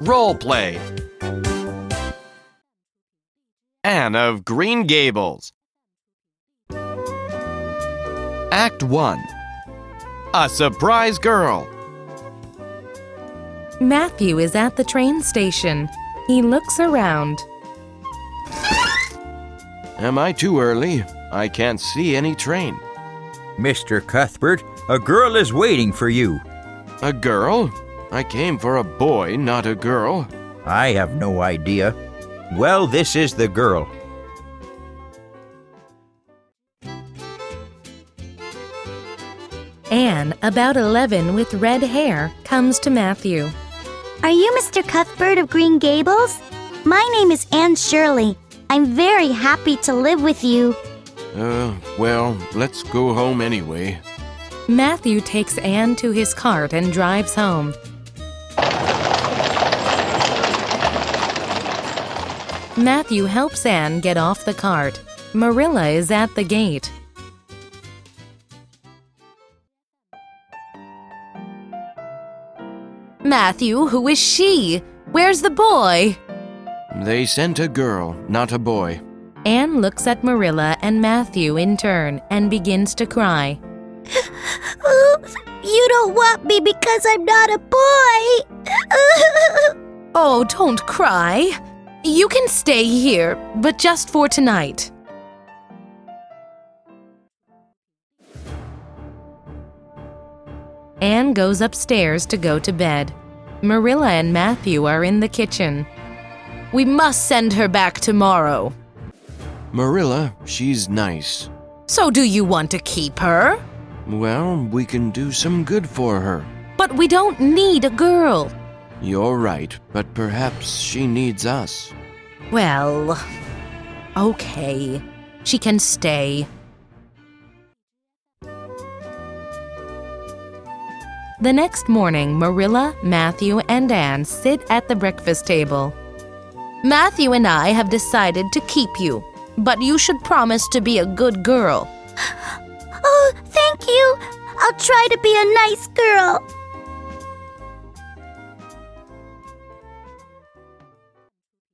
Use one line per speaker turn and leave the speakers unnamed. role play. Anne of Green Gables. Act 1 A Surprise Girl.
Matthew is at the train station. He looks around.
Am I too early? I can't see any train.
Mr. Cuthbert, a girl is waiting for you.
A girl? I came for a boy, not a girl.
I have no idea. Well, this is the girl.
Anne, about 11 with red hair, comes to Matthew.
Are you Mr. Cuthbert of Green Gables? My name is Anne Shirley. I'm very happy to live with you.
Uh, well, let's go home anyway.
Matthew takes Anne to his cart and drives home. Matthew helps Anne get off the cart. Marilla is at the gate. Matthew, who is she? Where's the boy?
They sent a girl, not a boy.
Anne looks at Marilla and Matthew in turn and begins to cry.
Oops, you don't want me because I'm not a boy.
Oh, don't cry. You can stay here, but just for tonight. Anne goes upstairs to go to bed. Marilla and Matthew are in the kitchen. We must send her back tomorrow.
Marilla, she's nice.
So, do you want to keep her?
Well, we can do some good for her.
But we don't need a girl.
You're right, but perhaps she needs us.
Well, okay. She can stay. The next morning, Marilla, Matthew, and Anne sit at the breakfast table. Matthew and I have decided to keep you, but you should promise to be a good girl.
oh, thank you. I'll try to be a nice girl.